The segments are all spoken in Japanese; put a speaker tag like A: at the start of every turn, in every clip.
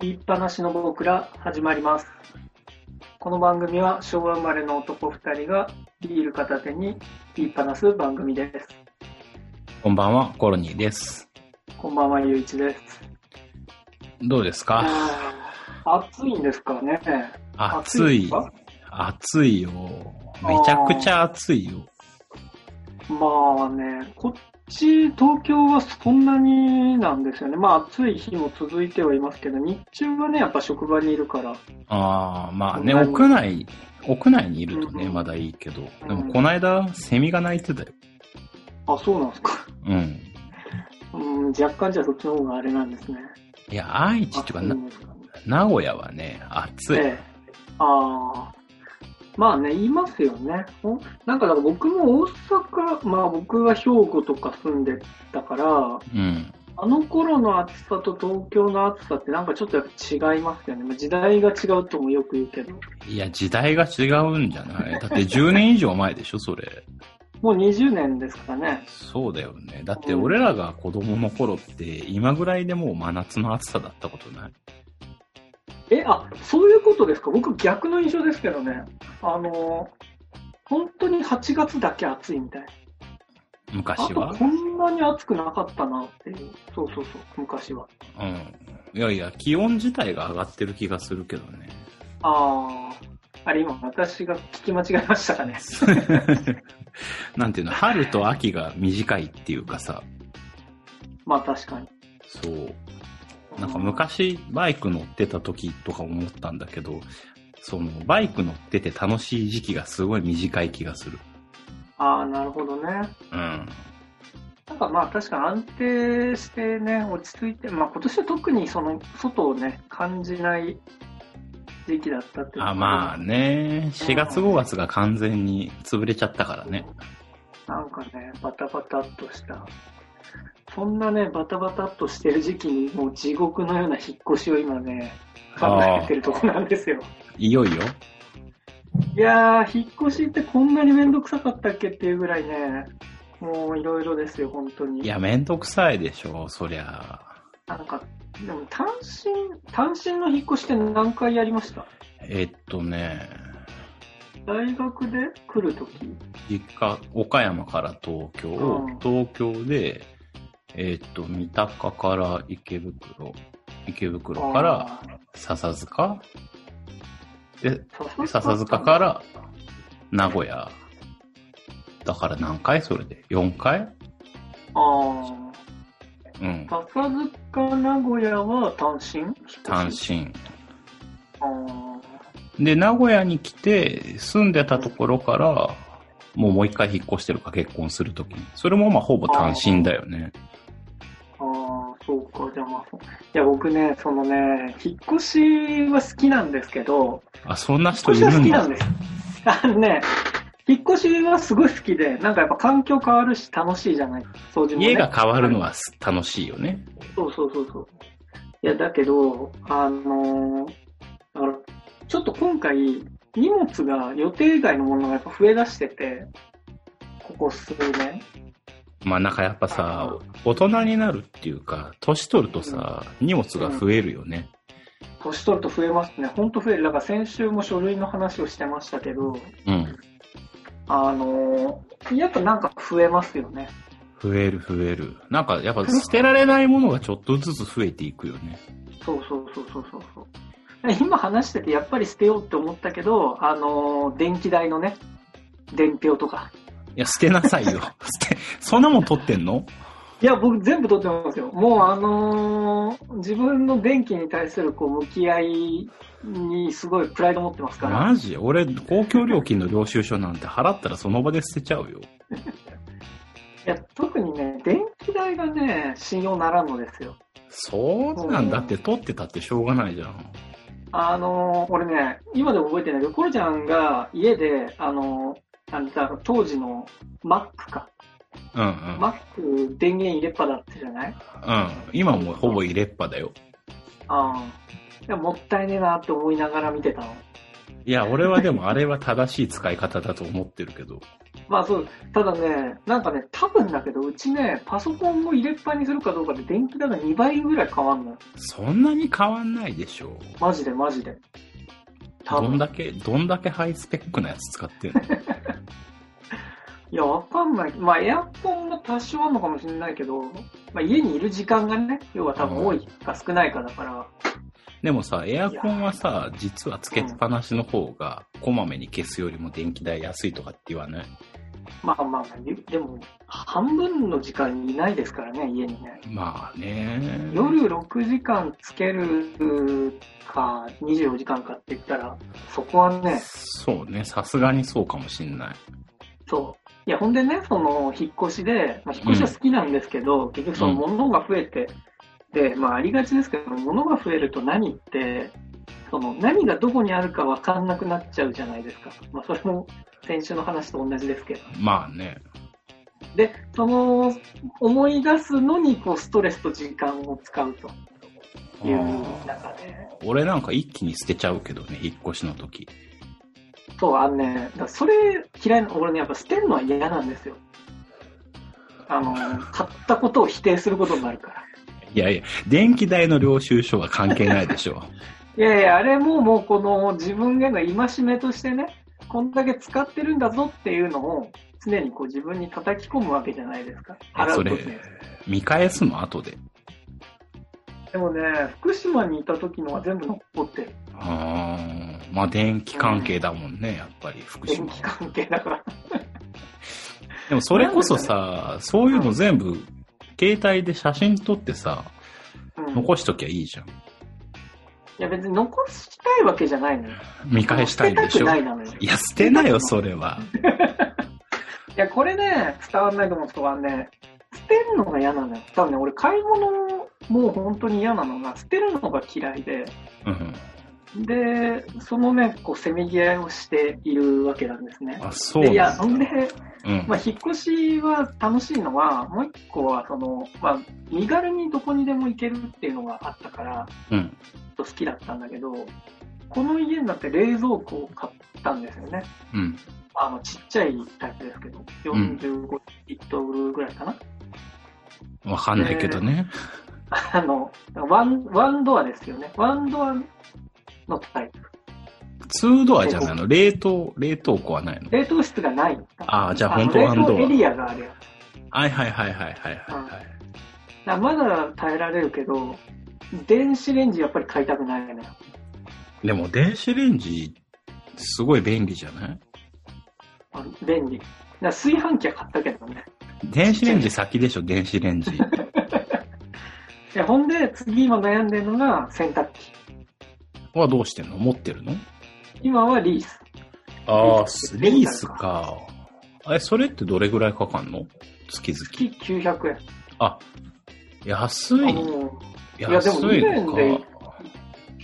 A: 言いっぱなしの僕ら始まりますこの番組は昭和生まれの男2人がビール片手に言いっぱなす番組です
B: こんばんは、コロニーです。
A: こんばんはゆういちです
B: どうですか
A: あー暑いんですかね
B: 暑い
A: です。か
B: 暑いよ。めちゃくちゃ暑いよ。
A: まあねこっち東京はそんなになんですよねまあ暑い日も続いてはいますけど日中はねやっぱ職場にいるから
B: ああ、まあね、
A: こんなに
B: 屋内、屋内にいるとね、
A: うん
B: まだいいけど。
A: うん
B: でも、こないだ、セミが鳴いてたよ。
A: あそうなんですか
B: うん。
A: うん若干じゃあそっちの方があれなんですね
B: いや、愛知っていうか、
A: 暑い
B: なん
A: ですかね
B: 名古屋はね、暑い。
A: ええ、ああ。まあね、言いますよね。ほんなんかだから僕も大阪、まあ僕は兵庫とか住んでたから、
B: うん。
A: あの頃の暑さと東京の暑さってなんかちょっとやっぱ違いますよね。まあ時代が違うともよく言うけど。
B: いや、時代が違うんじゃないだって10年以上前でしょ、それ。
A: もう20年ですかね。
B: そうだよね。だって、俺らが子供の頃って、今ぐらいでもう真夏の暑さだったことない。
A: え、あ、そういうことですか僕逆の印象ですけどね。あの本当に8月だけ暑いみたいな。あ
B: 昔
A: と
B: は。
A: こんなに暑くなかったなっていう。そうそうそう、昔は。
B: うん。いやいや、気温自体が上がってる気がするけどね。
A: ああ、あれ今私が聞き間違えましたかね。
B: なんていうの、春と秋が短いっていうかさ、
A: まあ確かに。
B: そう。なんか昔バイク乗ってた時とか思ったんだけど、そのバイク乗ってて楽しい時期がすごい短い気がする。
A: ああ、なるほどね。
B: うん。
A: なんかまあ確かに安定してね、落ち着いて、まあ今年は特にその外をね、感じない時期だったっていうのが
B: あ、まあね、4月5月が完全に潰れちゃったからね。
A: なんかね、バタバタっとした。そんなね、バタバタっとしてる時期にもう地獄のような引っ越しを今ね、考えてるとこなんですよ。
B: いよいよ。
A: いやー、引っ越しってこんなにめんどくさかったっけっていうぐらいね、もういろいろですよ、本当に。
B: いや、めんどくさいでしょ、そりゃ。
A: なんか、でも単身、単身の引っ越しって何回やりました
B: えっとね、
A: 大学で来るとき
B: 実家、岡山から東京、
A: うん
B: 東京で、えーっと、三鷹から池袋、池袋から、笹塚、で、
A: あー
B: 笹塚から名古屋。だから何回それで ?4 回
A: あー
B: うん。
A: 笹塚名古屋は単身引っ越し
B: 単身。
A: あー
B: で、名古屋に来て、住んでたところから、もうもう一回引っ越してるか結婚するときに。それもまあほぼ単身だよね。
A: あーそうか、じゃあまあそう。いや、僕ね、そのね、引っ越しは好きなんですけど、
B: あ、そんな人
A: 引っ
B: い
A: 越しは
B: る
A: 好
B: ん
A: きな
B: だ
A: ん。です。あのね、引っ越しはすごい好きで、なんかやっぱ環境変わるし楽しいじゃない。掃除も、ね。
B: 家が変わるのは楽しいよね。
A: そうそうそうそう。いや、だけど、あのーだから、ちょっと今回、荷物が予定外のものがやっぱ増え出してて、ここ数年。
B: まあなんかやっぱさ、大人になるっていうか、年取るとさ、荷物が増えるよね。
A: 年取ると増えますね。ほんと増える。だから先週も書類の話をしてましたけど、
B: うん。
A: あのーやっぱなんか増えますよね。
B: 増える増える。なんかやっぱ捨てられないものがちょっとずつ増えていくよね。
A: そうそうそうそうそうそう。今話しててやっぱり捨てようって思ったけど、あのー電気代のね、伝票とか。
B: いや、捨てなさ いよ。捨て、そんなもん取ってんの
A: いや、僕全部取ってますよ。もうあのー自分の電気に対するこう向き合いにすごいプライド持ってますから。
B: マジ俺、公共料金の領収書なんて払ったらその場で捨てちゃうよ。
A: いや、特にね、電気代がね、信用ならんのですよ。
B: そうなんだって取ってたってしょうがないじゃん。
A: あのー俺ね、今でも覚えてないけど、コロちゃんが家で、あのーあのさ当時の Mac か。
B: うんうん。
A: Mac 電源入れっぱだったじゃない
B: うん。今もうほぼ入れっぱだよ。
A: ああ。いや、もったいねえなって思いながら見てたの。
B: いや、俺はでもあれは正しい使い方だと思ってるけど。
A: まあそう、ただね、なんかね、多分だけど、うちね、パソコンを入れっぱにするかどうかで電気代が2倍ぐらい変わんのよ。
B: そんなに変わんないでしょう。
A: マジでマジで。多
B: ど
A: 分。
B: んだけ、どんだけハイスペックなやつ使ってんの
A: いや、わかんない。まあ、エアコンが多少あるのかもしれないけど、まあ、家にいる時間がね、要は多分多いか少ないかだから、
B: でもさ、エアコンはさ、実はつけっぱなしの方が、こまめに消すよりも電気代安いとかって言わない
A: まあまあまあ、ゆでも、半分の時間いないですからね、家にね。
B: まあね。
A: 夜6時間つけるか、24時間かって言ったら、そこはね、
B: そうね、さすがにそうかもしんない。
A: そう。いや、ほんでね、その、引っ越しで、まあ、引っ越しは好きなんですけど、結局その、物が増えて、で、まあ、ありがちですけど、物が増えると何って、その、何がどこにあるかわかんなくなっちゃうじゃないですか。まあ、それも、先週の話と同じですけど。
B: まあね。
A: で、その、思い出すのに、こう、ストレスと時間を使うという
B: あ
A: 中で、
B: ー俺なんか一気に捨てちゃうけどね、引っ越しの時。
A: そう、あのね、だからそれ嫌いな、俺ね、やっぱ捨てるのは嫌なんですよ。あの、買ったことを否定することになるから。
B: いやいや、電気代の領収書は関係ないで しょ。
A: いやいや、あれももうこの自分への戒めとしてね、こんだけ使ってるんだぞっていうのを常にこう自分に叩き込むわけじゃないですか。払
B: そうれ
A: ときに。
B: 見返すの後で。
A: でもね、福島にいた時のは全部残ってる。
B: あーまあ電気関係だもんね、やっぱり福
A: 電
B: 島は
A: 気関係だから。
B: でもそれこそさ、そういうの全部、携帯で写真撮ってさ、
A: うん、い
B: 残しときゃいいじゃん。
A: や別に残したいわけじゃないのよ。
B: 見返したいんで
A: 捨
B: し
A: て
B: ょ
A: たくないなのよ。
B: いや、捨てなよ、それは。
A: いや、これね、伝わんないと思う人はね、捨てるのが嫌なのよ。多分ね、俺買い物もう本当に嫌なのが、捨てるのが嫌いで、
B: うん。
A: で、そのね、こう、せめぎ合いをしているわけなんですね。
B: あ、そう
A: でいや、
B: な
A: そ
B: ん
A: んで
B: だ。、うん
A: ま。あ、引っ越しは楽しいのは、もう一個は、その、まあ、身軽にどこにでも行けるっていうのがあったから、
B: うん。
A: ちょっと好きだったんだけど、この家になって冷蔵庫を買ったんですよね。
B: うん。
A: あの、ちっちゃいタイプですけど、
B: ん
A: 45リットルぐらいかな。
B: わかんないけどね。
A: あの、ワン、ワンドアですよね。ワンドアのタイプ。
B: ツードアじゃないの冷凍、冷凍庫はないの
A: 冷凍室がない。
B: ああ、じゃあ
A: の
B: 本当ワンド
A: 冷凍エ
B: ア。
A: リアがあるやつ。
B: はいはいはいはいはいはい。
A: だからまだ耐えられるけど、電子レンジやっぱり買いたくないね。
B: でも電子レンジ、すごい便利じゃない
A: あの便利。だから炊飯器は買ったけどね。
B: 電子レンジ先でしょ、電子レ ンジ。
A: いやほんで、次今悩んでるのが洗濯機。
B: はどうしてんの持ってるの
A: 今はリース。
B: ああ、リ
A: リー
B: ース
A: ス
B: か。え、それってどれぐらいかかんの月々。
A: 月900円。
B: あ、安
A: あ
B: い。
A: の
B: 安いのか。
A: やでも2円で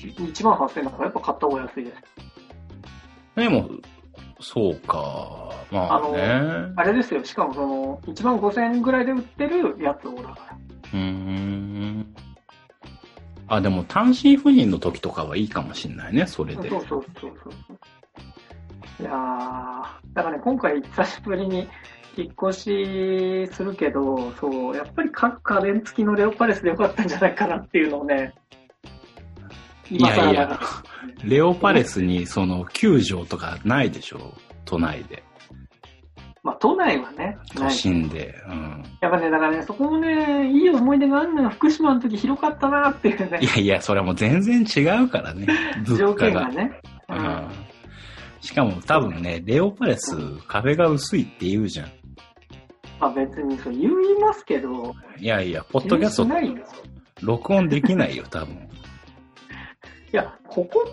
A: 1万8000円だからやっぱ買った方が安いです。
B: でも、そうか。まあね。
A: あれですよ、しかもその、1万5000円ぐらいで売ってるやつをだから。
B: うーん。あ、でも単身赴任の時とかはいいかもしんないね、それ
A: そう
B: で。
A: そうそうそうそう。いやー、だからね、今回久しぶりに引っ越しするけど、そう、やっぱり各家電付きのレオパレスでよかったんじゃないかなっていうのをね、
B: いや
A: だ
B: いや、レオパレスにその9畳とかないでしょ、都内で。
A: まあ、都内はね、
B: 都
A: ない。
B: 心で。うん。
A: やっぱね、だからね、そこもね、いい思い出があるのよ。福島の時広かったなっていうね
B: い、やいや、それはもう全然違うからね、物
A: 条
B: 価
A: 件
B: が
A: が。ね。う
B: うんんしかも多分ね、レオパレス、壁が薄いって言うじゃん。
A: まあ別にそう言いますけど、
B: いやいや、ポッドキ
A: 気
B: ャス
A: にし
B: ト
A: ないよ
B: 録音できないよ、多分。
A: いや、ここ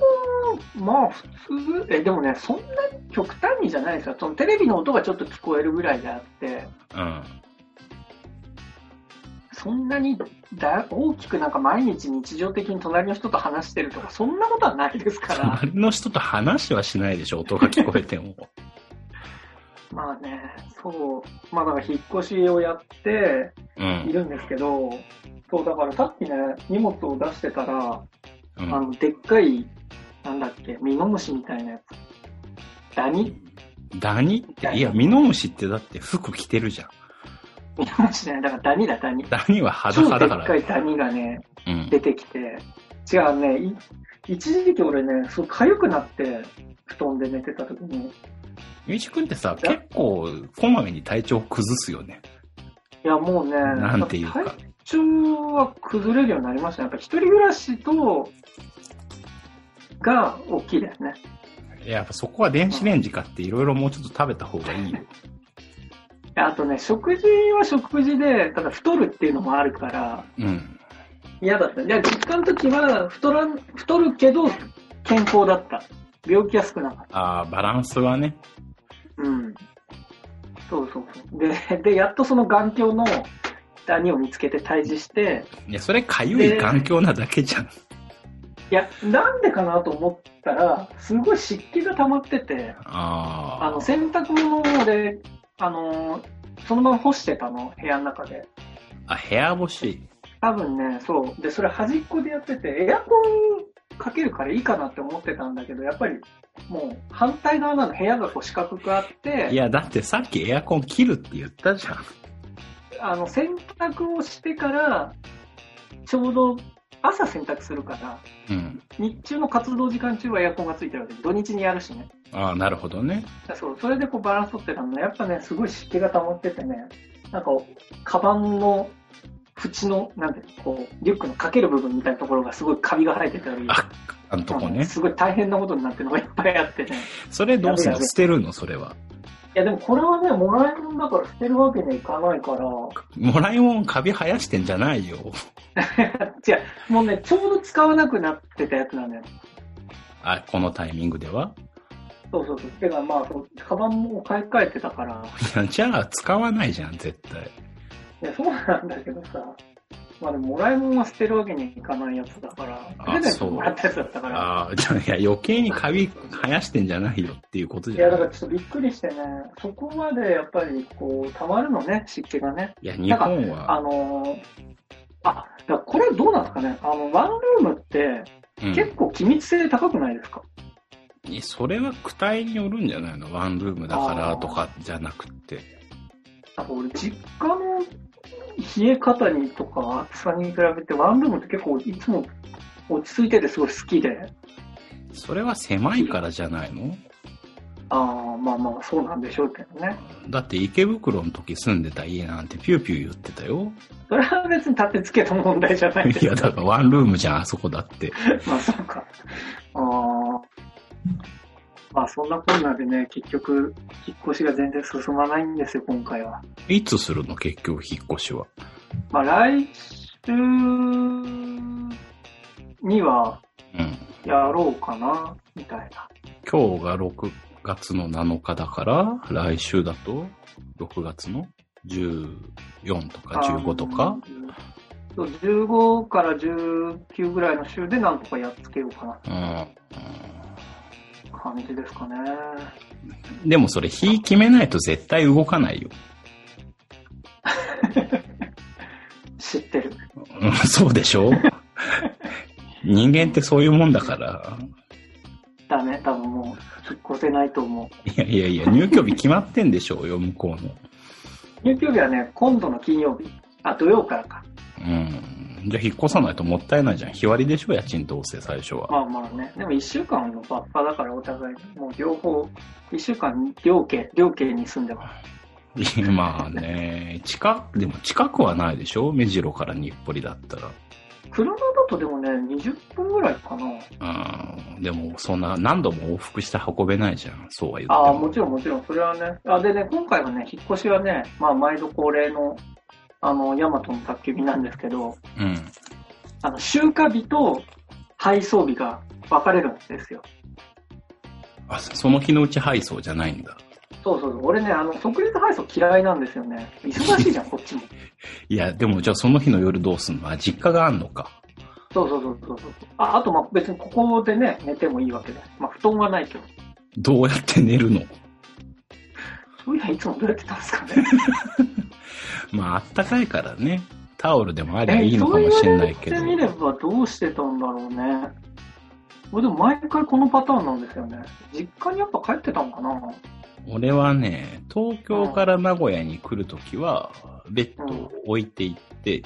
A: も、まあ普通、え、でもね、そんなに極端にじゃないですよ。そのテレビの音がちょっと聞こえるぐらいであって、
B: うん。
A: そんなにだ大きくなんか毎日日常的に隣の人と話してるとか、そんなことはないです から。
B: 隣の人と話はしないでしょ、音が聞こえても。
A: まあね、そう。まあだから引っ越しをやって
B: う
A: い
B: ん。
A: るんですけど、そう、だからさっきね、荷物を出してたら、
B: う
A: あ
B: ん。
A: の、でっかい、なんだっけ、ミノムシみたいなやつ。ダニ
B: ダニって、いや、ミノムシってだって服着てるじゃん。
A: 見直してない。だからダニだ、ダニ。
B: ダニは裸
A: 超でっ
B: だから。
A: かいダニがね、
B: うん。
A: 出てきて、違うね、い一時期俺ね、そう痒くなって、布団で寝てた時に、い
B: ゆういちくんってさ、結構、こまめに体調崩すよね。
A: やもうね、
B: なんていうか。
A: 体調は崩れるようになりましたね。やっぱ一人暮らしと、が大きいですね。
B: いややっぱそこは電子レンジ買っていろいろもうちょっと食べた方がいいよ。
A: あとね、食事は食事で、ただ太るっていうのもあるから、
B: うん。
A: 嫌だった。いや、実家の時は太らん、太るけど、健康だった。病気は少なかっ
B: ああ、バランスはね。
A: た。うん。そうそうそう。で、 で、やっとその眼鏡のダニを見つけて退治して、
B: いや、それかゆい環境なだけじゃん。
A: いや、なんでかなと思ったら、すごい湿気が溜まってて、
B: ああ。
A: あの、洗濯物をで、あのー、そのまま干してたの、部屋の中で。
B: あ、部屋干し。
A: 多分ね、そう。で、それ端っこでやってて、エアコンかけるからいいかなって思ってたんだけど、やっぱり、もう反対側なの部屋がこう四角くあって、
B: いや、だってさっきエアコン切るって言ったじゃん。
A: あの、洗濯をしてから、ちょうど朝洗濯するから、
B: うん。
A: 日中の活動時間中はエアコンがついてるわけで、土日にやるしね。
B: ああ、なるほどね。
A: だからそう、それでこうバランス取ってたのやっぱね、すごい湿気が溜まっててね、なんか、カバンの縁の、なんていうのこう、リュックのかける部分みたいなところがすごいカビが生えてたり。
B: あ、あのとこね。
A: すごい大変なことになってるのがいっぱいあってね。
B: それどうすん
A: や
B: の
A: べやべ
B: 捨てるのそれは。
A: いや、でもこれはね、もらえるんだから捨てるわけにはいかないから。
B: もらいもんカビ生やしてんじゃないよ。
A: 違う、もうね、ちょうど使わなくなってたやつなんだよ。
B: あ、このタイミングでは
A: そうそうそう。てか、まあ、そうカバンも買い替えてたから。
B: いや、じゃあ使わないじゃん、絶対。
A: いや、そうなんだけどさ。まあでも、もらいもんは捨てるわけにいかないやつだから。
B: あ
A: プレゼントもらったやつだったから。
B: ああ、じゃあ、いや、余計にカビ生やしてんじゃないよっていうこと
A: い
B: じゃ
A: や、だか
B: ない
A: ら。ちょっとびっくりしてね、そこまでやっぱり、こう、溜まるのね、湿気がね。
B: いや、日本は
A: あ、のーあ、だからこれどうなんですかね。あの、ワンルームって、
B: うん
A: 結構機密性高くないですか、
B: いやそれは躯体によるんじゃないのワンルームだからとかじゃなくって。
A: なんか俺、実家の冷え方にとか暑さに比べて、ワンルームって結構いつも落ち着いててすごい好きで、
B: それは狭いからじゃないの
A: ああ、まあまあそうなんでしょうけどね。
B: だって池袋の時住んでた家なんてピューピュー言ってたよ。
A: それは別に立てつけた問題じゃないです
B: いや、だからワンルームじゃん、あそこだって。
A: まあそうか。ああ。まあそんなこんなでね、結局、引っ越しが全然進まないんですよ、今回は。
B: いつするの結局、引っ越しは。
A: まあ来週には
B: うん。
A: やろうかな、みたいな。
B: 今日が6月の7日だから、来週だと、6月の14とか15とか。
A: そう ?15 から19ぐらいの週でなんとかやっつけようかな、
B: うん。うん
A: 感じですかね。
B: でもそれ、日決めないと絶対動かないよ。
A: 知ってる。
B: うん、そう でしょ人間ってそういうもんだから。
A: ダメ、多分もう、引っ越せないと思う。
B: いやいやいや、入居日決まってんでしょうよ、向こうの。
A: 入居日はね、今度の金曜日。あ、土曜からか。
B: うん。じゃあ引っ越さないともったいないじゃん。日割りでしょ、家賃どうせ最初 は。
A: まあまあね。でも1週間のバッファだからお互い、もう両方、1週間、両家、両家に住んでます。
B: まあね、近く、でも近くはないでしょ目白から日暮里だったら。
A: 車だとでもね、20分ぐらいかな。
B: うん。でも、そんな何度も往復して運べないじゃん。そうは言っても。
A: ああ、もちろんもちろん、それはね。あ、でね、今回はね、引っ越しはね、まあ、毎度恒例の、あの、ヤマトの宅急便なんですけど、
B: うん。
A: あの、集荷日と配送日が分かれるんですよ。
B: あ、そその日のうち配送じゃないんだ。
A: そうそうそう。俺ね、あの、即日配送嫌いなんですよね。忙しいじゃ ん、こっちも。
B: いや、でもじゃあその日の夜どうすんのあ、実家があんのか。
A: そうそうそうそうそう。あ、あと、まあ、別にここでね、寝てもいいわけで。まあ、布団はないけど。
B: どうやって寝るの
A: そういや、いつもどうやってたんですかね。
B: まあ、あったかいからね。タオルでもありゃいいのかもしれないけど。
A: えそう言われてみればどうしてたんだろうね。俺でも毎回このパターンなんですよね。実家にやっぱ帰ってたのかな
B: 俺はね、東京から名古屋に来るときは、ベッドを置いていって、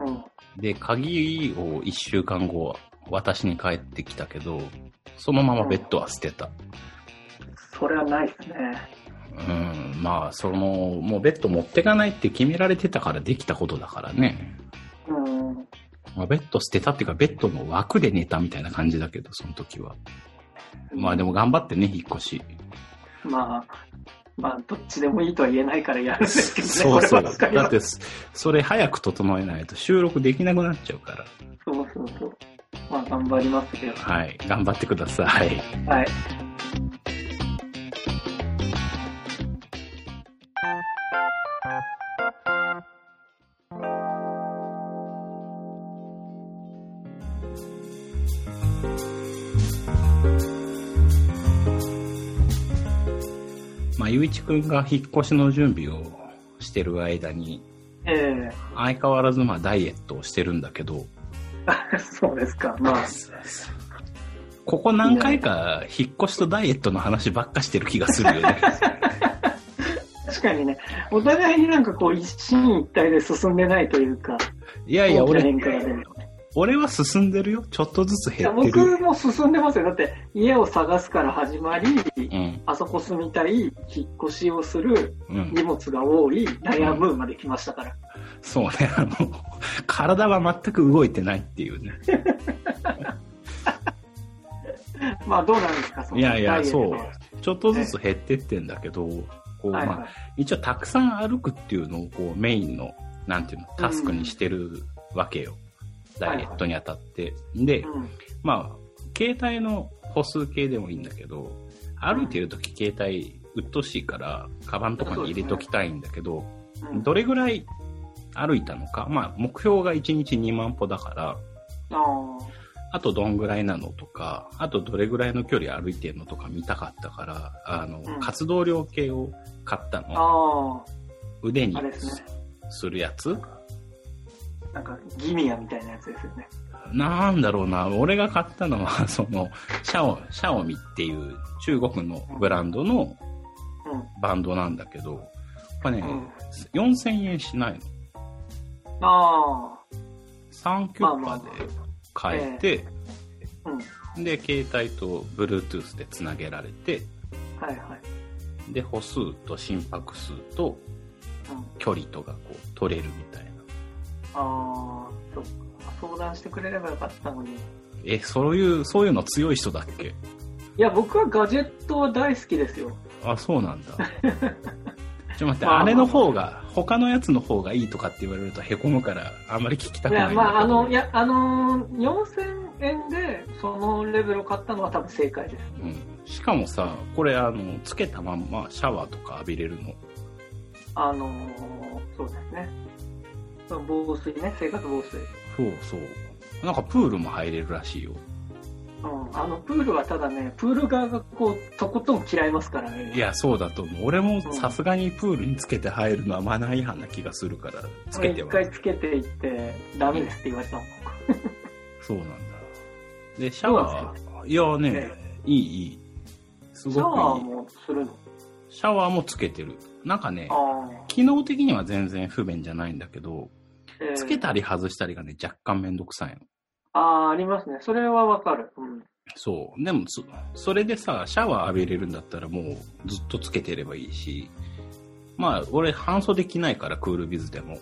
A: うん。
B: で、鍵を1週間後、私に帰ってきたけど、そのままベッドは捨てた。
A: それはないですね。
B: うん、まあ、その、もうベッド持ってかないって決められてたからできたことだからね。
A: うん。
B: まあ、ベッド捨てたっていうか、ベッドの枠で寝たみたいな感じだけど、その時は。まあで
A: も。
B: も頑張ってね、引っ 越し。
A: まあ、まあ、どっちでもいいとは言えないからやるんですけどね。
B: そうそう。
A: これば
B: だ
A: っかりは
B: って、そそれ早く整えないと収録できなくなっちゃうから。
A: そうそうそう。まあ、頑張りますけど。
B: はい。頑張ってください。
A: はい。
B: まあ、ゆういちくんが引っ越しの準備をしてる間に、
A: ええ
B: 相変わらずまあダイエットをしてるんだけど、
A: そうですか。まあ、
B: ここ何回か引っ越しとダイエットの話ばっかしてる気がするよ ね。
A: 確かにね、お互いになんかこう、一進一退で進んでないというか、
B: いやいや、
A: 大きな
B: 俺
A: 変、化が出る
B: 俺は進んでるよ。ちょっとずつ
A: いや
B: 減ってる。
A: 僕も進んでますよ。だって、家を探すから始まり、
B: うん、
A: あそこ住みたい、引っ越しをする、
B: うん
A: 荷。物が多い、悩むまで来ましたから。
B: そうね、あの、体は全く動いてないっていうね。
A: まあ、どうなんですか、その
B: いやい
A: ダ
B: や、
A: イエッ
B: そ
A: ト
B: う
A: は。
B: ちょっとずつ減ってってんだけど、こう、
A: はい
B: まあ、
A: は
B: 一応たくさん歩くっていうのをこうメインの、なんていうの、タスクにしてるわけよ。ダイエットにあたって。
A: い。
B: で、
A: うん。
B: まあ、携帯の歩数計でもいいんだけど、歩いてるとき携帯、うっとうしいから、カバンとかに入れときたいんだけど、
A: うん
B: どれぐらい歩いたのか、まあ、目標が1日2万歩だから、
A: あー
B: あとどんぐらいなのとか、あとどれぐらいの距離歩いてるのとか見たかったから、あの、
A: うん
B: 活動量計を買ったの。
A: あ
B: 腕に
A: ー、あれですね。
B: するやつ
A: なんか、ギミアみたいなやつですよね。
B: なんだろうな、俺が買ったのは、 その、シャオ、シャオミっていう中国のブランドのバンドなんだけど、これ
A: うん。う
B: ね、
A: ん。
B: 4000円しないの。
A: あ
B: 3キュッパで買えて、
A: あ、うん。
B: で、携帯と Bluetooth でつなげられて、
A: はいはい。
B: で、歩数と心拍数と
A: うん
B: 距離とかこう取れるみたいな。
A: ああ、そっか。相談してくれればよかったのに。い
B: え、そういう、そういうの強い人だっけ
A: や、僕はガジェットは大好きですよ。
B: あ、そうな んだ。ちょっと待って、
A: まあまあ
B: あれの方が、他のやつの方がいいとかって言われると凹むから、あんまり聞きた
A: い
B: く
A: や、
B: ないんだけど。
A: まあ、あの、いや、あのー、4000円でそのレベルを買ったのは多分正解です。
B: うん。しかもさ、これ、あの、つけたまんまシャワーとか浴びれるの。
A: あのー、そうですね。防水ね、生活防水。
B: そうそう。なんかプールも入れるらしいよ。
A: うん、あの、プールはただね、プール側がこう、とことん嫌いますからね。
B: い、や、そうだと思う。俺もさすがにプールにつけて入るのはマナー違反な気がするから、つけて
A: 一
B: は。
A: 回つけていって、ダメですって言われたもん。
B: そうなんだ。で、シャワー、いやね、
A: ね
B: いいいい。す
A: シャ
B: ご
A: ワ
B: く
A: ー
B: いい。
A: もするの。
B: シャワーもつけてる。なんかね、
A: あ
B: 機能的には全然不便じゃないんだけど、
A: あ、えー
B: つけたり外したりがね、若干めんどくさいの。
A: ああ、ありますね。それはわかる。うん。
B: そう。でもそ、それでさ、シャワー浴びれるんだったらもうずっとつけてればいいし、まあ、俺半袖着ないから、クールビズでも。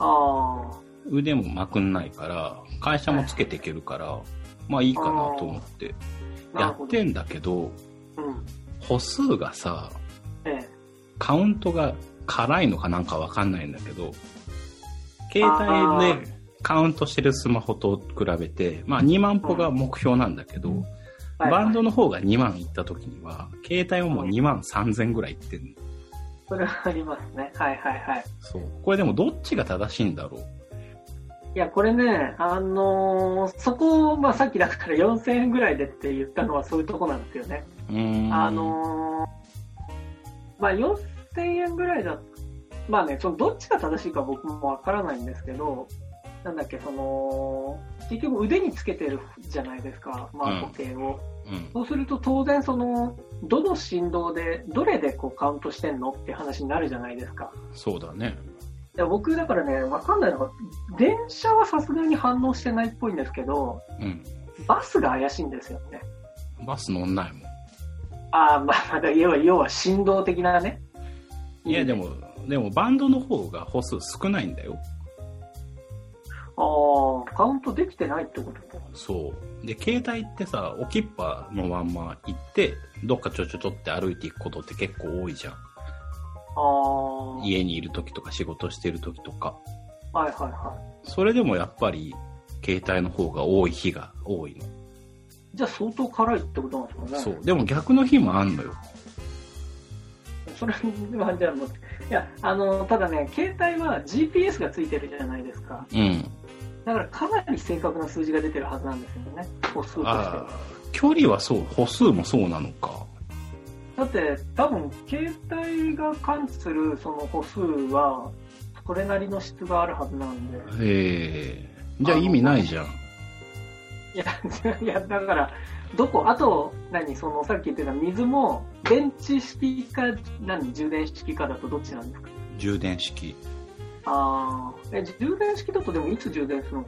A: あ
B: 腕もまくんないから、会社もつけていけるから、まあいいかなと思って、
A: あ、な
B: や
A: るほ
B: っ
A: ど。
B: てんだけど、
A: うん。
B: 歩数がさ、
A: ええ。
B: カウントが辛いのかなんかわかんないんだけど、携帯でカウントしてるスマホと比べて、まあ2万歩が目標なんだけど、
A: はい
B: バンドの方が2万いった時には、携帯はもう2万3000ぐらいいってんの。
A: それはありますね。はいはいはい。
B: そう。これでもどっちが正しいんだろう
A: いや、これね、あのーそこを、まあさっきだから4000円ぐらいでって言ったのはそういうとこなんですよね。
B: うーん。
A: あのーまあ4000円ぐらいだ。まあね、そのどっちが正しいか僕もわからないんですけど、なんだっけ、その、結局腕につけてるじゃないですか、まあ、
B: うん
A: 時計を。
B: うん。
A: そうすると当然その、どの振動で、どれでこうカウントしてんのって話になるじゃないですか。
B: そうだね。
A: いや僕だからね、わかんないのが、電車はさすがに反応してないっぽいんですけど、
B: うん。
A: バスが怪しいんですよね。
B: バス乗んないもん。
A: ああ、まあ、まだ要は、要は振動的なね。
B: いや、で。も、でもバンドの方が歩数少ないんだよ。
A: ああ、カウントできてないってことか。
B: そう。で、携帯ってさ、置きっぱのまんま行って、どっかちょちょちょって歩いていくことって結構多いじゃん。
A: ああ。
B: 家にいる時とか仕事してる時とか。
A: はいはいはい。
B: それでもやっぱり、携帯の方が多い日が多いの。
A: じゃあ相当辛いってことなんですかね。
B: そう。でも逆の日もあんのよ。
A: それはじゃあもう、いや、あの、ただね、携帯は GPS がついてるじゃないですか。
B: うん。
A: だからかなり正確な数字が出てるはずなんですよね、歩数として
B: あ
A: は。
B: あ、距離はそう、歩数もそうなのか。
A: だって、多分、携帯が感知するその歩数は、それなりの質があるはずなんで。
B: ええじゃあ意味ないじゃん。
A: いや、 いや、だから、どこ、あと、何、その、さっき言ってた水も、電池式か、何、充電式かだとどっちなんですか
B: 充電式。
A: ああ、え、充電式だとでもいつ充電するの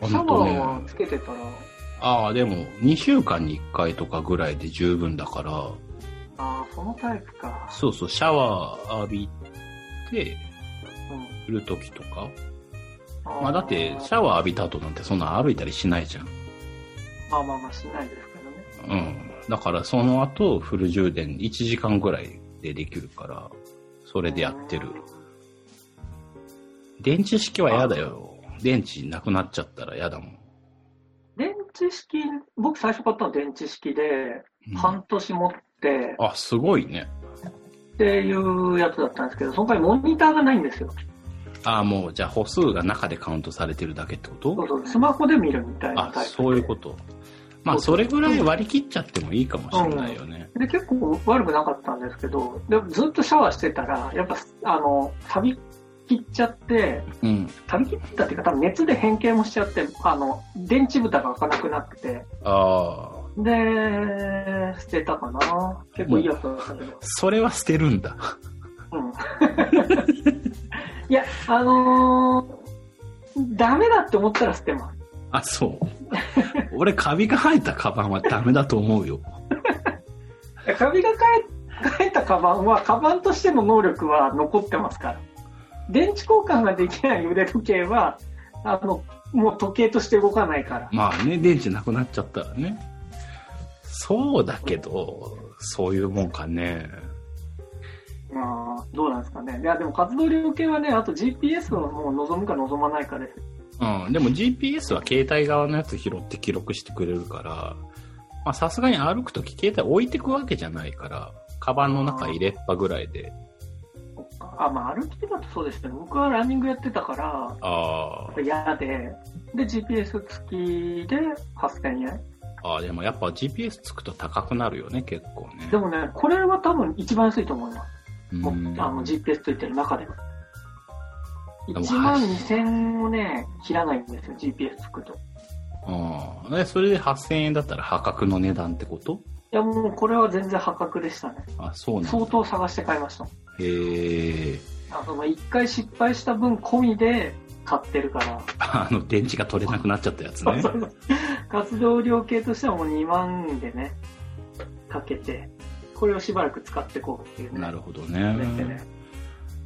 B: ほ
A: シャ
B: んと
A: ワー
B: ね。
A: はつけてたら、
B: ああ、でも、2週間に1回とかぐらいで十分だから、
A: ああ、そのタイプか。
B: そうそう、シャワー浴びて
A: うん。
B: る時とか。
A: あー
B: まあだって、シャワー浴びた後なんてそんな歩いたりしないじゃん。
A: まあまあまあ、しないですけどね。
B: うん。だからその後、フル充電1時間ぐらいでできるから、そ
A: そ
B: れでやってる。電池式は嫌だよ。電池なくなっちゃったら嫌だもん。
A: 電池式、僕最初買ったの電池式で、
B: うん
A: 半年持って、
B: あ、すごいね。
A: っていうやつだったんですけど、その代わりモニターがないんですよ。
B: あもう、じゃあ歩数が中でカウントされてるだけってこ
A: そう
B: と
A: そう、スマホで見るみたいな
B: あ
A: タイプ、で。
B: そういうこと。まあ、それぐらい割り切っちゃってもいいかもしれないよね。
A: で、結構悪くなかったんですけど、でもずっとシャワーしてたら、やっぱ、あの、錆び切っちゃって、
B: うん。
A: 錆び切ったっていうか、多分熱で変形もしちゃって、あの、電池蓋が開かなくなって、
B: ああ、
A: で、捨てたかな。結構いいやつだったけど。
B: それは捨てるんだ。
A: うん。 いや、あのーダメだって思ったら捨てます。
B: あ、そう。俺、カビが生えたカバンはダメだと思うよ。
A: いやカビが変ええたカバンは、カバンとしての能力は残ってますから。電池交換ができない腕時計は、あの、もう時計として動かないから。
B: まあね、電池なくなっちゃったらね。そうだけど、そういうもんかね。
A: まあ、どうなんですかね。いや、でも活動量計はね、あと GPS をもう望むか望まないかです。
B: うん、でも GPS は携帯側のやつ拾って記録してくれるから、まあさすがに歩くとき携帯置いてくわけじゃないから、カバンの中入れっぱぐらいで、
A: そっかあ、まあ歩きだとそうですけど、僕はランニングやってたから、
B: あー
A: 嫌で、で、GPS 付きで8000円。
B: あー、でもやっぱ GPS つくと高くなるよね、結構ね。
A: でもね、これは多分一番安いと思います。
B: うん
A: もうあの GPS ついてる中では。
B: も
A: 1万2000をね、切らないんですよ、GPS つくと。い
B: あーでそれで8000円だったら破格の値段ってこと
A: や、もうこれは全然破格でしたね。
B: あ、そうなん
A: 相
B: だ。
A: 当探して買いました。
B: へえ。
A: あの、まあ、一回失敗した分込みで買ってるから、
B: あの、電池が取れなくなっちゃったやつね。
A: 活動量計としてはもう2万でね、かけて、これをしばらく使ってこうっていうね。
B: なるほど
A: やって
B: ね
A: ね。。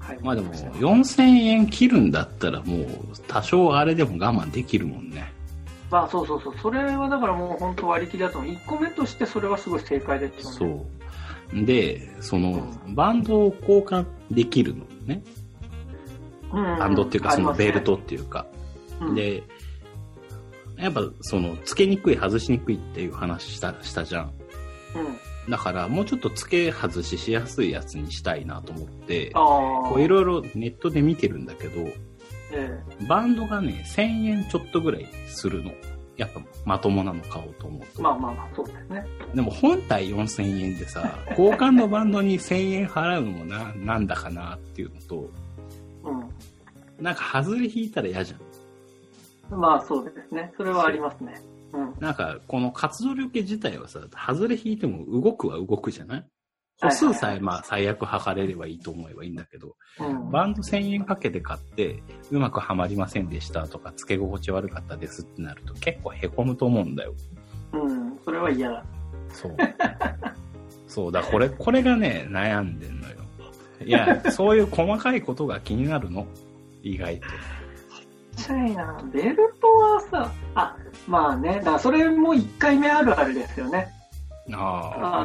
A: 買い
B: まあでも、
A: しした
B: 4000円切るんだったらもう、多少あれでも我慢できるもんね。
A: まあそうそうそう、それはだからもう本当割り切りだと思う。1個目としてそれはすごい正解ですよね。
B: そう。で、その、バンドを交換できるのね。
A: うんうん。
B: バンドっていうか、
A: あ
B: そ
A: り
B: の
A: ます
B: ベ
A: ね
B: ルトっていうか。
A: うん、
B: で、やっぱ、その、つけにくい、外しにくいっていう話した、したじゃん。
A: うん。
B: だから、もうちょっと付け外ししやすいやつにしたいなと思って、
A: ああ。
B: こういろいろネットで見てるんだけど、
A: え
B: バンドがね、1000円ちょっとぐらいするの。やっぱまともなの買おうと思う
A: え
B: と。
A: まあまあまあ、そうですね。
B: でも本体4000円 でさ、交換のバンドに1000円払うのもな、なんだかなっていうのと、
A: うん。
B: なんか外れ引いたら嫌じゃん。
A: まあそうですね。それはありますね。うん。
B: なんか、この活動量計自体はさ、外れ引いても動くは動くじゃない
A: はいはいは
B: 歩
A: い
B: 数さえ、まあ、最悪測れればいいと思えばいいんだけど、
A: うん、
B: バンド1000円かけて買って、うまくはまりませんでしたとか、付け心地悪かったですってなると結構凹むと思うんだよ。
A: うん、それは嫌だ。
B: そう。 そうだ、これ、これがね、悩んでんのよ。いや、そういう細かいことが気になるの。意外と。
A: ちっちゃいな。ベルトはさ、あ、まあね、だからそれも1回目あるあるですよね。
B: あ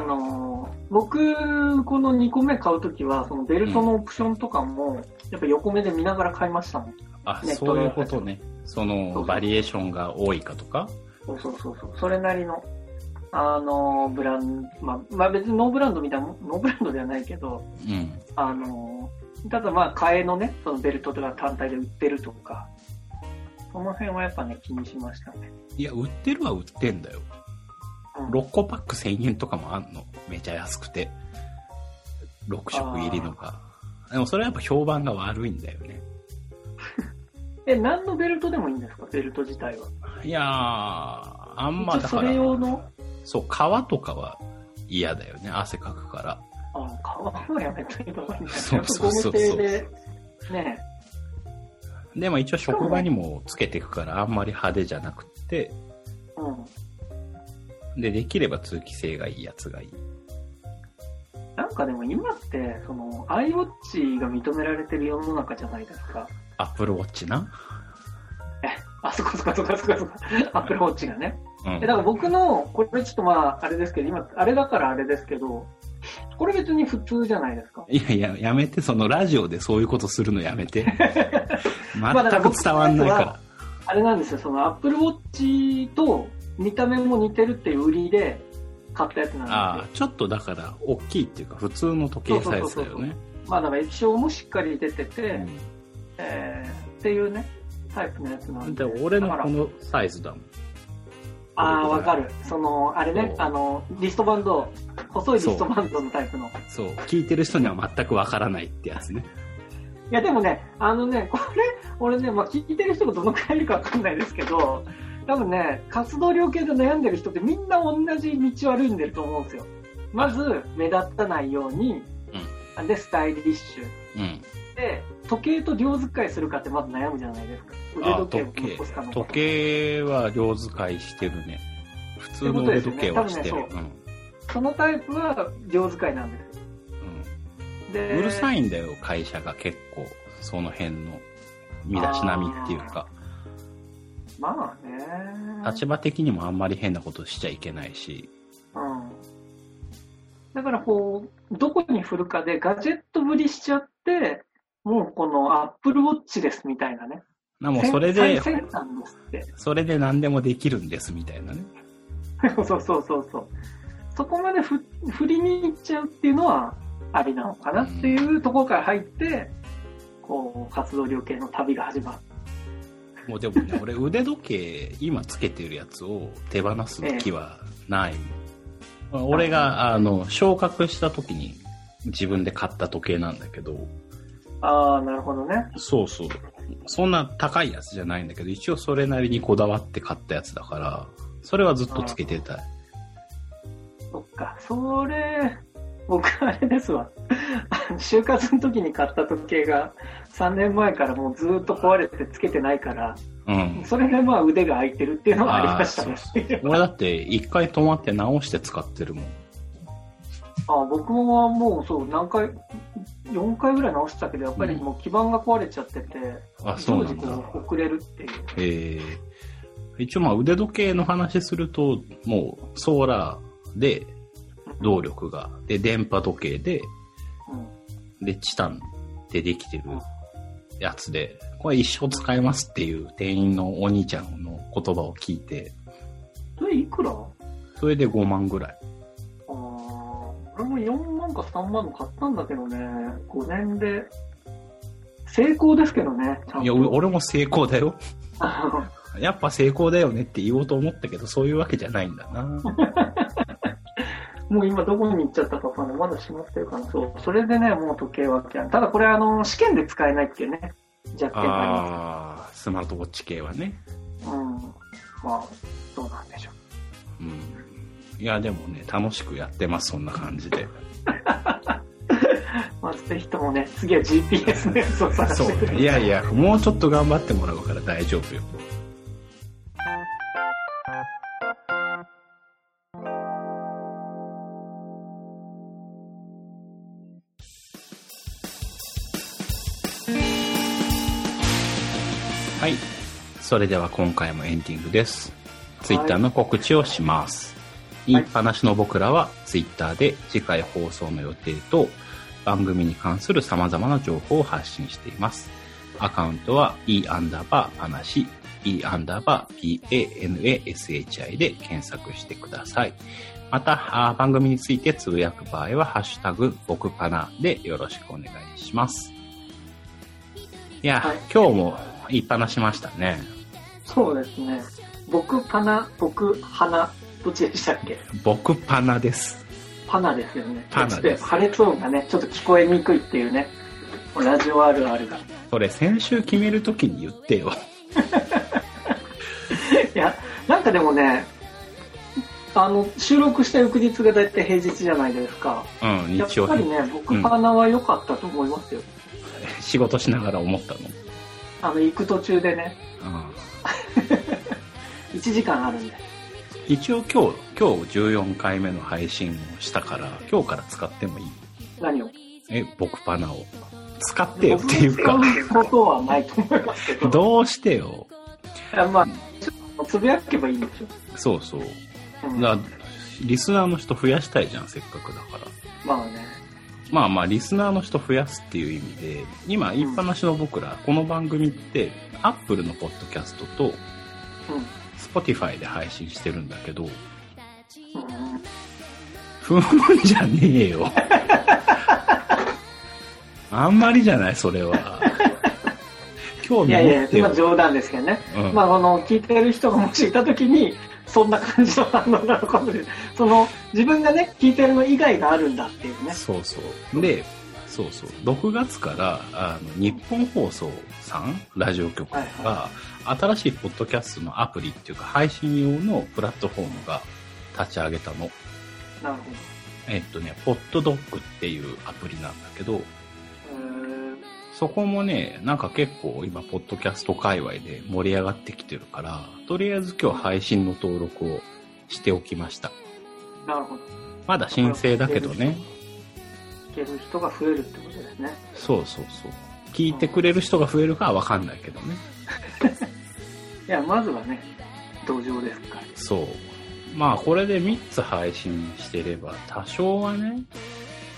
A: あの、僕、この2個目買うときは、そのベルトのオプションとかも、やっぱ横目で見ながら買いましたもん。
B: あ、あ、
A: ネッ
B: そ
A: ト
B: う
A: で
B: いうことね。その、バリエーションが多いかとか。
A: そうそうそうそう。それなりの、あの、ブランド、まあ、まあ別にノーブランドみたいな、ノーブランドではないけど、
B: うん。
A: あの、ただまあ、替えのね、そのベルトとか単体で売ってるとか、その辺はやっぱね、気にしましたね。
B: いや、売ってるは売ってんだよ。
A: うん
B: 6個パック1000円とかもあんの。めちゃ安くて。6色入りのが。でもそれはやっぱ評判が悪いんだよね。
A: え、何のベルトでもいいんですかベルト自体は。
B: いやー、あんま
A: 一応
B: だ
A: そ
B: か
A: れ
B: ら、
A: 用の、
B: そう、革とかは嫌だよね。汗かくから。
A: あ、革はやめといた方がいいんだ
B: そ
A: よ
B: うそうそうそう
A: ゴム製で、ね
B: でも一応職場にもつけていくから、あんまり派手じゃなくて、
A: うん。
B: で、できれば通気性がいいやつがいい。
A: なんかでも今って、その、iWatch が認められてる世の中じゃないですか。
B: アップルウォッチな。
A: あ、そこそこそこそこそこ。アップルウォッチがね。
B: う
A: え、
B: ん
A: だ。から僕の、これちょっとまあ、あれですけど、今、あれだからあれですけど、これ別に普通じゃないですか。
B: いやいや、やめて、そのラジオでそういうことするのや めて。
A: あだから
B: 全く伝わんないから。
A: あれなんですよ、そのアップルウォッチと見た目も似てるっていう売りで買ったやつなん
B: あ
A: で
B: あ、ちょっとだから、大きいっていうか、普通の時計サイズだ
A: そうそう
B: よ
A: そう
B: ね。
A: すよ。まあだから液晶もしっかり出てて、
B: う
A: えーっていうね、タイプのやつなん
B: ん。
A: で。
B: で、俺の
A: だか
B: こ
A: ら
B: のサイズだもん。
A: ああ、わかる。その、あれね、
B: そう
A: あの、リストバンド、細いリストバンドのタイプの。
B: そう。聞いてる人には全くわからないってやつね。
A: いや、でもね、あのね、これ、俺ね、まあ、聞いてる人がどのくらいいるかわかんないですけど、多分ね、活動量系で悩んでる人ってみんな同じ道を歩んでると思うんですよ。まず、目立たないように、で、スタイリッシュ。
B: うん。
A: で、時計と量使いするかってまず悩むじゃないですか。腕
B: ああ、
A: 時計
B: 時
A: を
B: 計
A: 残すか。の
B: 時計は量使いしてるね。普通の腕時計はしてる。
A: ってことですそのタイプは量使いなんですよ。
B: う
A: で
B: ん。うん。うるさ
A: い。
B: いんだよ、会社が結構。その辺の、身だしなみっていうか。
A: まあね。
B: 立場的にもあんまり変なことしちゃいけないし。
A: うんだからこう、どこに振るかでガジェットぶりしちゃって、もうこのアップルウォッチですみたいなね。
B: なもうそれ
A: 最
B: で、
A: 先端ですって。
B: それで何でもできるんですみたいなね。
A: そうそうそうそう。そこまでふ振りに行っちゃうっていうのはありなのかなっていうところから入って、こう、活動量系の旅が始まる。
B: もうで もね、俺腕時計、今つけてるやつを手放す気はないもん。俺が、あの、昇格した時に自分で買った時計なんだけど、
A: ああ、なるほどね。
B: そうそう。そんな高いやつじゃないんだけど、一応それなりにこだわって買ったやつだから、それはずっとつけてたい。
A: そっか。それ、僕あれですわ。 就活の時に買った時計が3年前からもうずーっと壊れてつけてないから、
B: うん。
A: それでまあ腕が空いてるっていうのはありましたね
B: あー。俺だって一回止まって直して使ってるもん。
A: あ僕ももうそう何回、4回ぐらい直したけど、やっぱりもう基盤が壊れちゃってて、
B: あ、そう
A: 常
B: な
A: 時
B: んだ。
A: こう遅れるっていう。
B: えー一応まあ腕時計の話すると、もうソーラーで動力が、で、電波時計で、
A: うん
B: で、チタンでできてるやつで、これ一生使えますっていう店員のお兄ちゃんの言葉を聞いて、
A: それいくらあ
B: それで5万ぐらい。
A: あ、俺も4万か3万の買ったんだけどね、5年で。成功ですけどね、ちゃんと。
B: いや、俺も成功だよ。やっぱ成功だよねって言おうと思ったけど、そういうわけじゃないんだな。
A: もう今どこに行っちゃったかわかんない。まだしまってるかな。そう。それでね、もう時計はきゃただこれ、あの、試験で使えないっていうね、弱点がありま
B: あー、スマートウォッチ系はね。
A: す。まあ、どうなんでしょ
B: うん。いや、でもね、楽しくやってます、そんな感じで。
A: う。まあ、ぜひともね、次は GPS のやつを探し
B: そ
A: てくれ
B: う。いやいや、もうちょっと頑張ってもらうから大丈夫よ。はい。それでは今回もエンディングです。ツイッターの告知をします。
A: い
B: 言いっぱなしの僕らはツイッターで次回放送の予定と番組に関する様々な情報を発信しています。アカウントは e アンダーバー話、e アンダーバー panashi で検索してください。また、あー番組についてつぶやく場合は、ハッシュタグ、僕パナでよろしくお願いします。いや、
A: はい
B: 今日も言いっぱなしましたね。
A: そうですね。僕パナ、僕花、どっちでしたっけ
B: 僕パナです。
A: パナですよね。
B: パナ
A: ちょっ
B: です
A: と破裂音がね、ちょっと聞こえにくいっていうね、ラジオあるあるが。い
B: それ先週決めるときに言ってよ。
A: や、なんかでもね、あの、収録した翌日がだいたい平日じゃないですか。
B: うん、
A: やっ
B: 日曜
A: ぱり
B: 日。
A: ね、僕パナは良かったと思いますよ。
B: 仕事しながら思ったの。
A: あの、行く途中でね、
B: うん
A: 1時間あるんで。
B: 一応今日、今日14回目の配信をしたから、今日から使ってもいい
A: 何を。
B: え、僕パナを。使ってよっていうか、
A: 僕のことはないと思いますけど。
B: どうしてよ。
A: いやまあ、ちょっとつぶやけばいいんでしょ。
B: そうそう。
A: うん
B: だリスナーの人増やしたいじゃん、せっかくだから。
A: まあね。
B: まあまあ、リスナーの人増やすっていう意味で、今、言いっぱなしの僕ら、この番組って、アップルのポッドキャストと、Spotify で配信してるんだけど、
A: うん。うん
B: ふんじゃねえ よ。あんまりじゃない、それは。興
A: い
B: 味
A: や
B: 持
A: い
B: って
A: や、ま
B: よ
A: あ。冗談ですけどね。
B: うん
A: まあ、この、聞いてる人がもしいたときに、そんな感じの反応なのかもしれない。その、自分がね、聞いてるの以外があるんだっていうね。
B: そうそう。で、そうそう。6月から、あの、日本放送さん、ラジオ局が、
A: はい
B: 新しいポッドキャストのアプリっていうか、配信用のプラットフォームが立ち上げたの。
A: なるほど。
B: えっとね、ポッドドッグっていうアプリなんだけど、
A: うーん
B: そこもね、なんか結構今、ポッドキャスト界隈で盛り上がってきてるから、とりあえず今日配信の登録をしておきました。
A: なるほど。
B: まだ申請だけどね。
A: 聞ける人が増えるってことですね。
B: そうそうそう。聞いてくれる人が増えるかはわかんないけどね。
A: いや、まずはね、同情ですから。
B: そう。まあこれで3つ配信してれば、多少はね、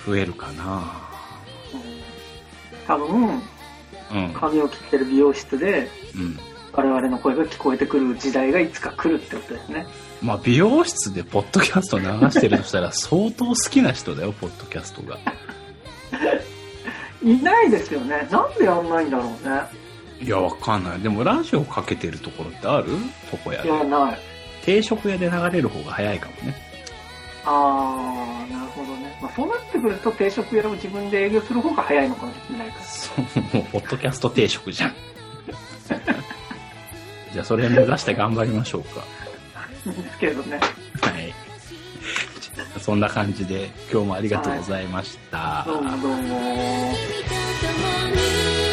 B: 増えるかな。
A: うん多分、
B: うん。
A: 髪を切ってる美容室で、
B: うん。
A: 我々の声が聞こえてくる時代がいつか来るってことですね。
B: まあ美容室でポッドキャスト流してるとしたら、相当好きな人だよ、ポッドキャストが。
A: いないですよね。なんでやんないんだろうね。
B: いや、わかんない。でも、ラジオかけてるところってある床屋
A: い
B: で。
A: や、ない。
B: 定食屋で流れる方が早いかもね。
A: あー、なるほどね。まあ、そうなってくると定食屋を自分で営業する方が早いのかもしれないか
B: そう、もう、ポッドキャスト定食じゃん。 じゃあ、それ目指して頑張りましょうか。
A: ら。ですけどね。
B: はい。そんな感じで、今日もありがとうございました。
A: どうもどうも。
C: 「君と共に」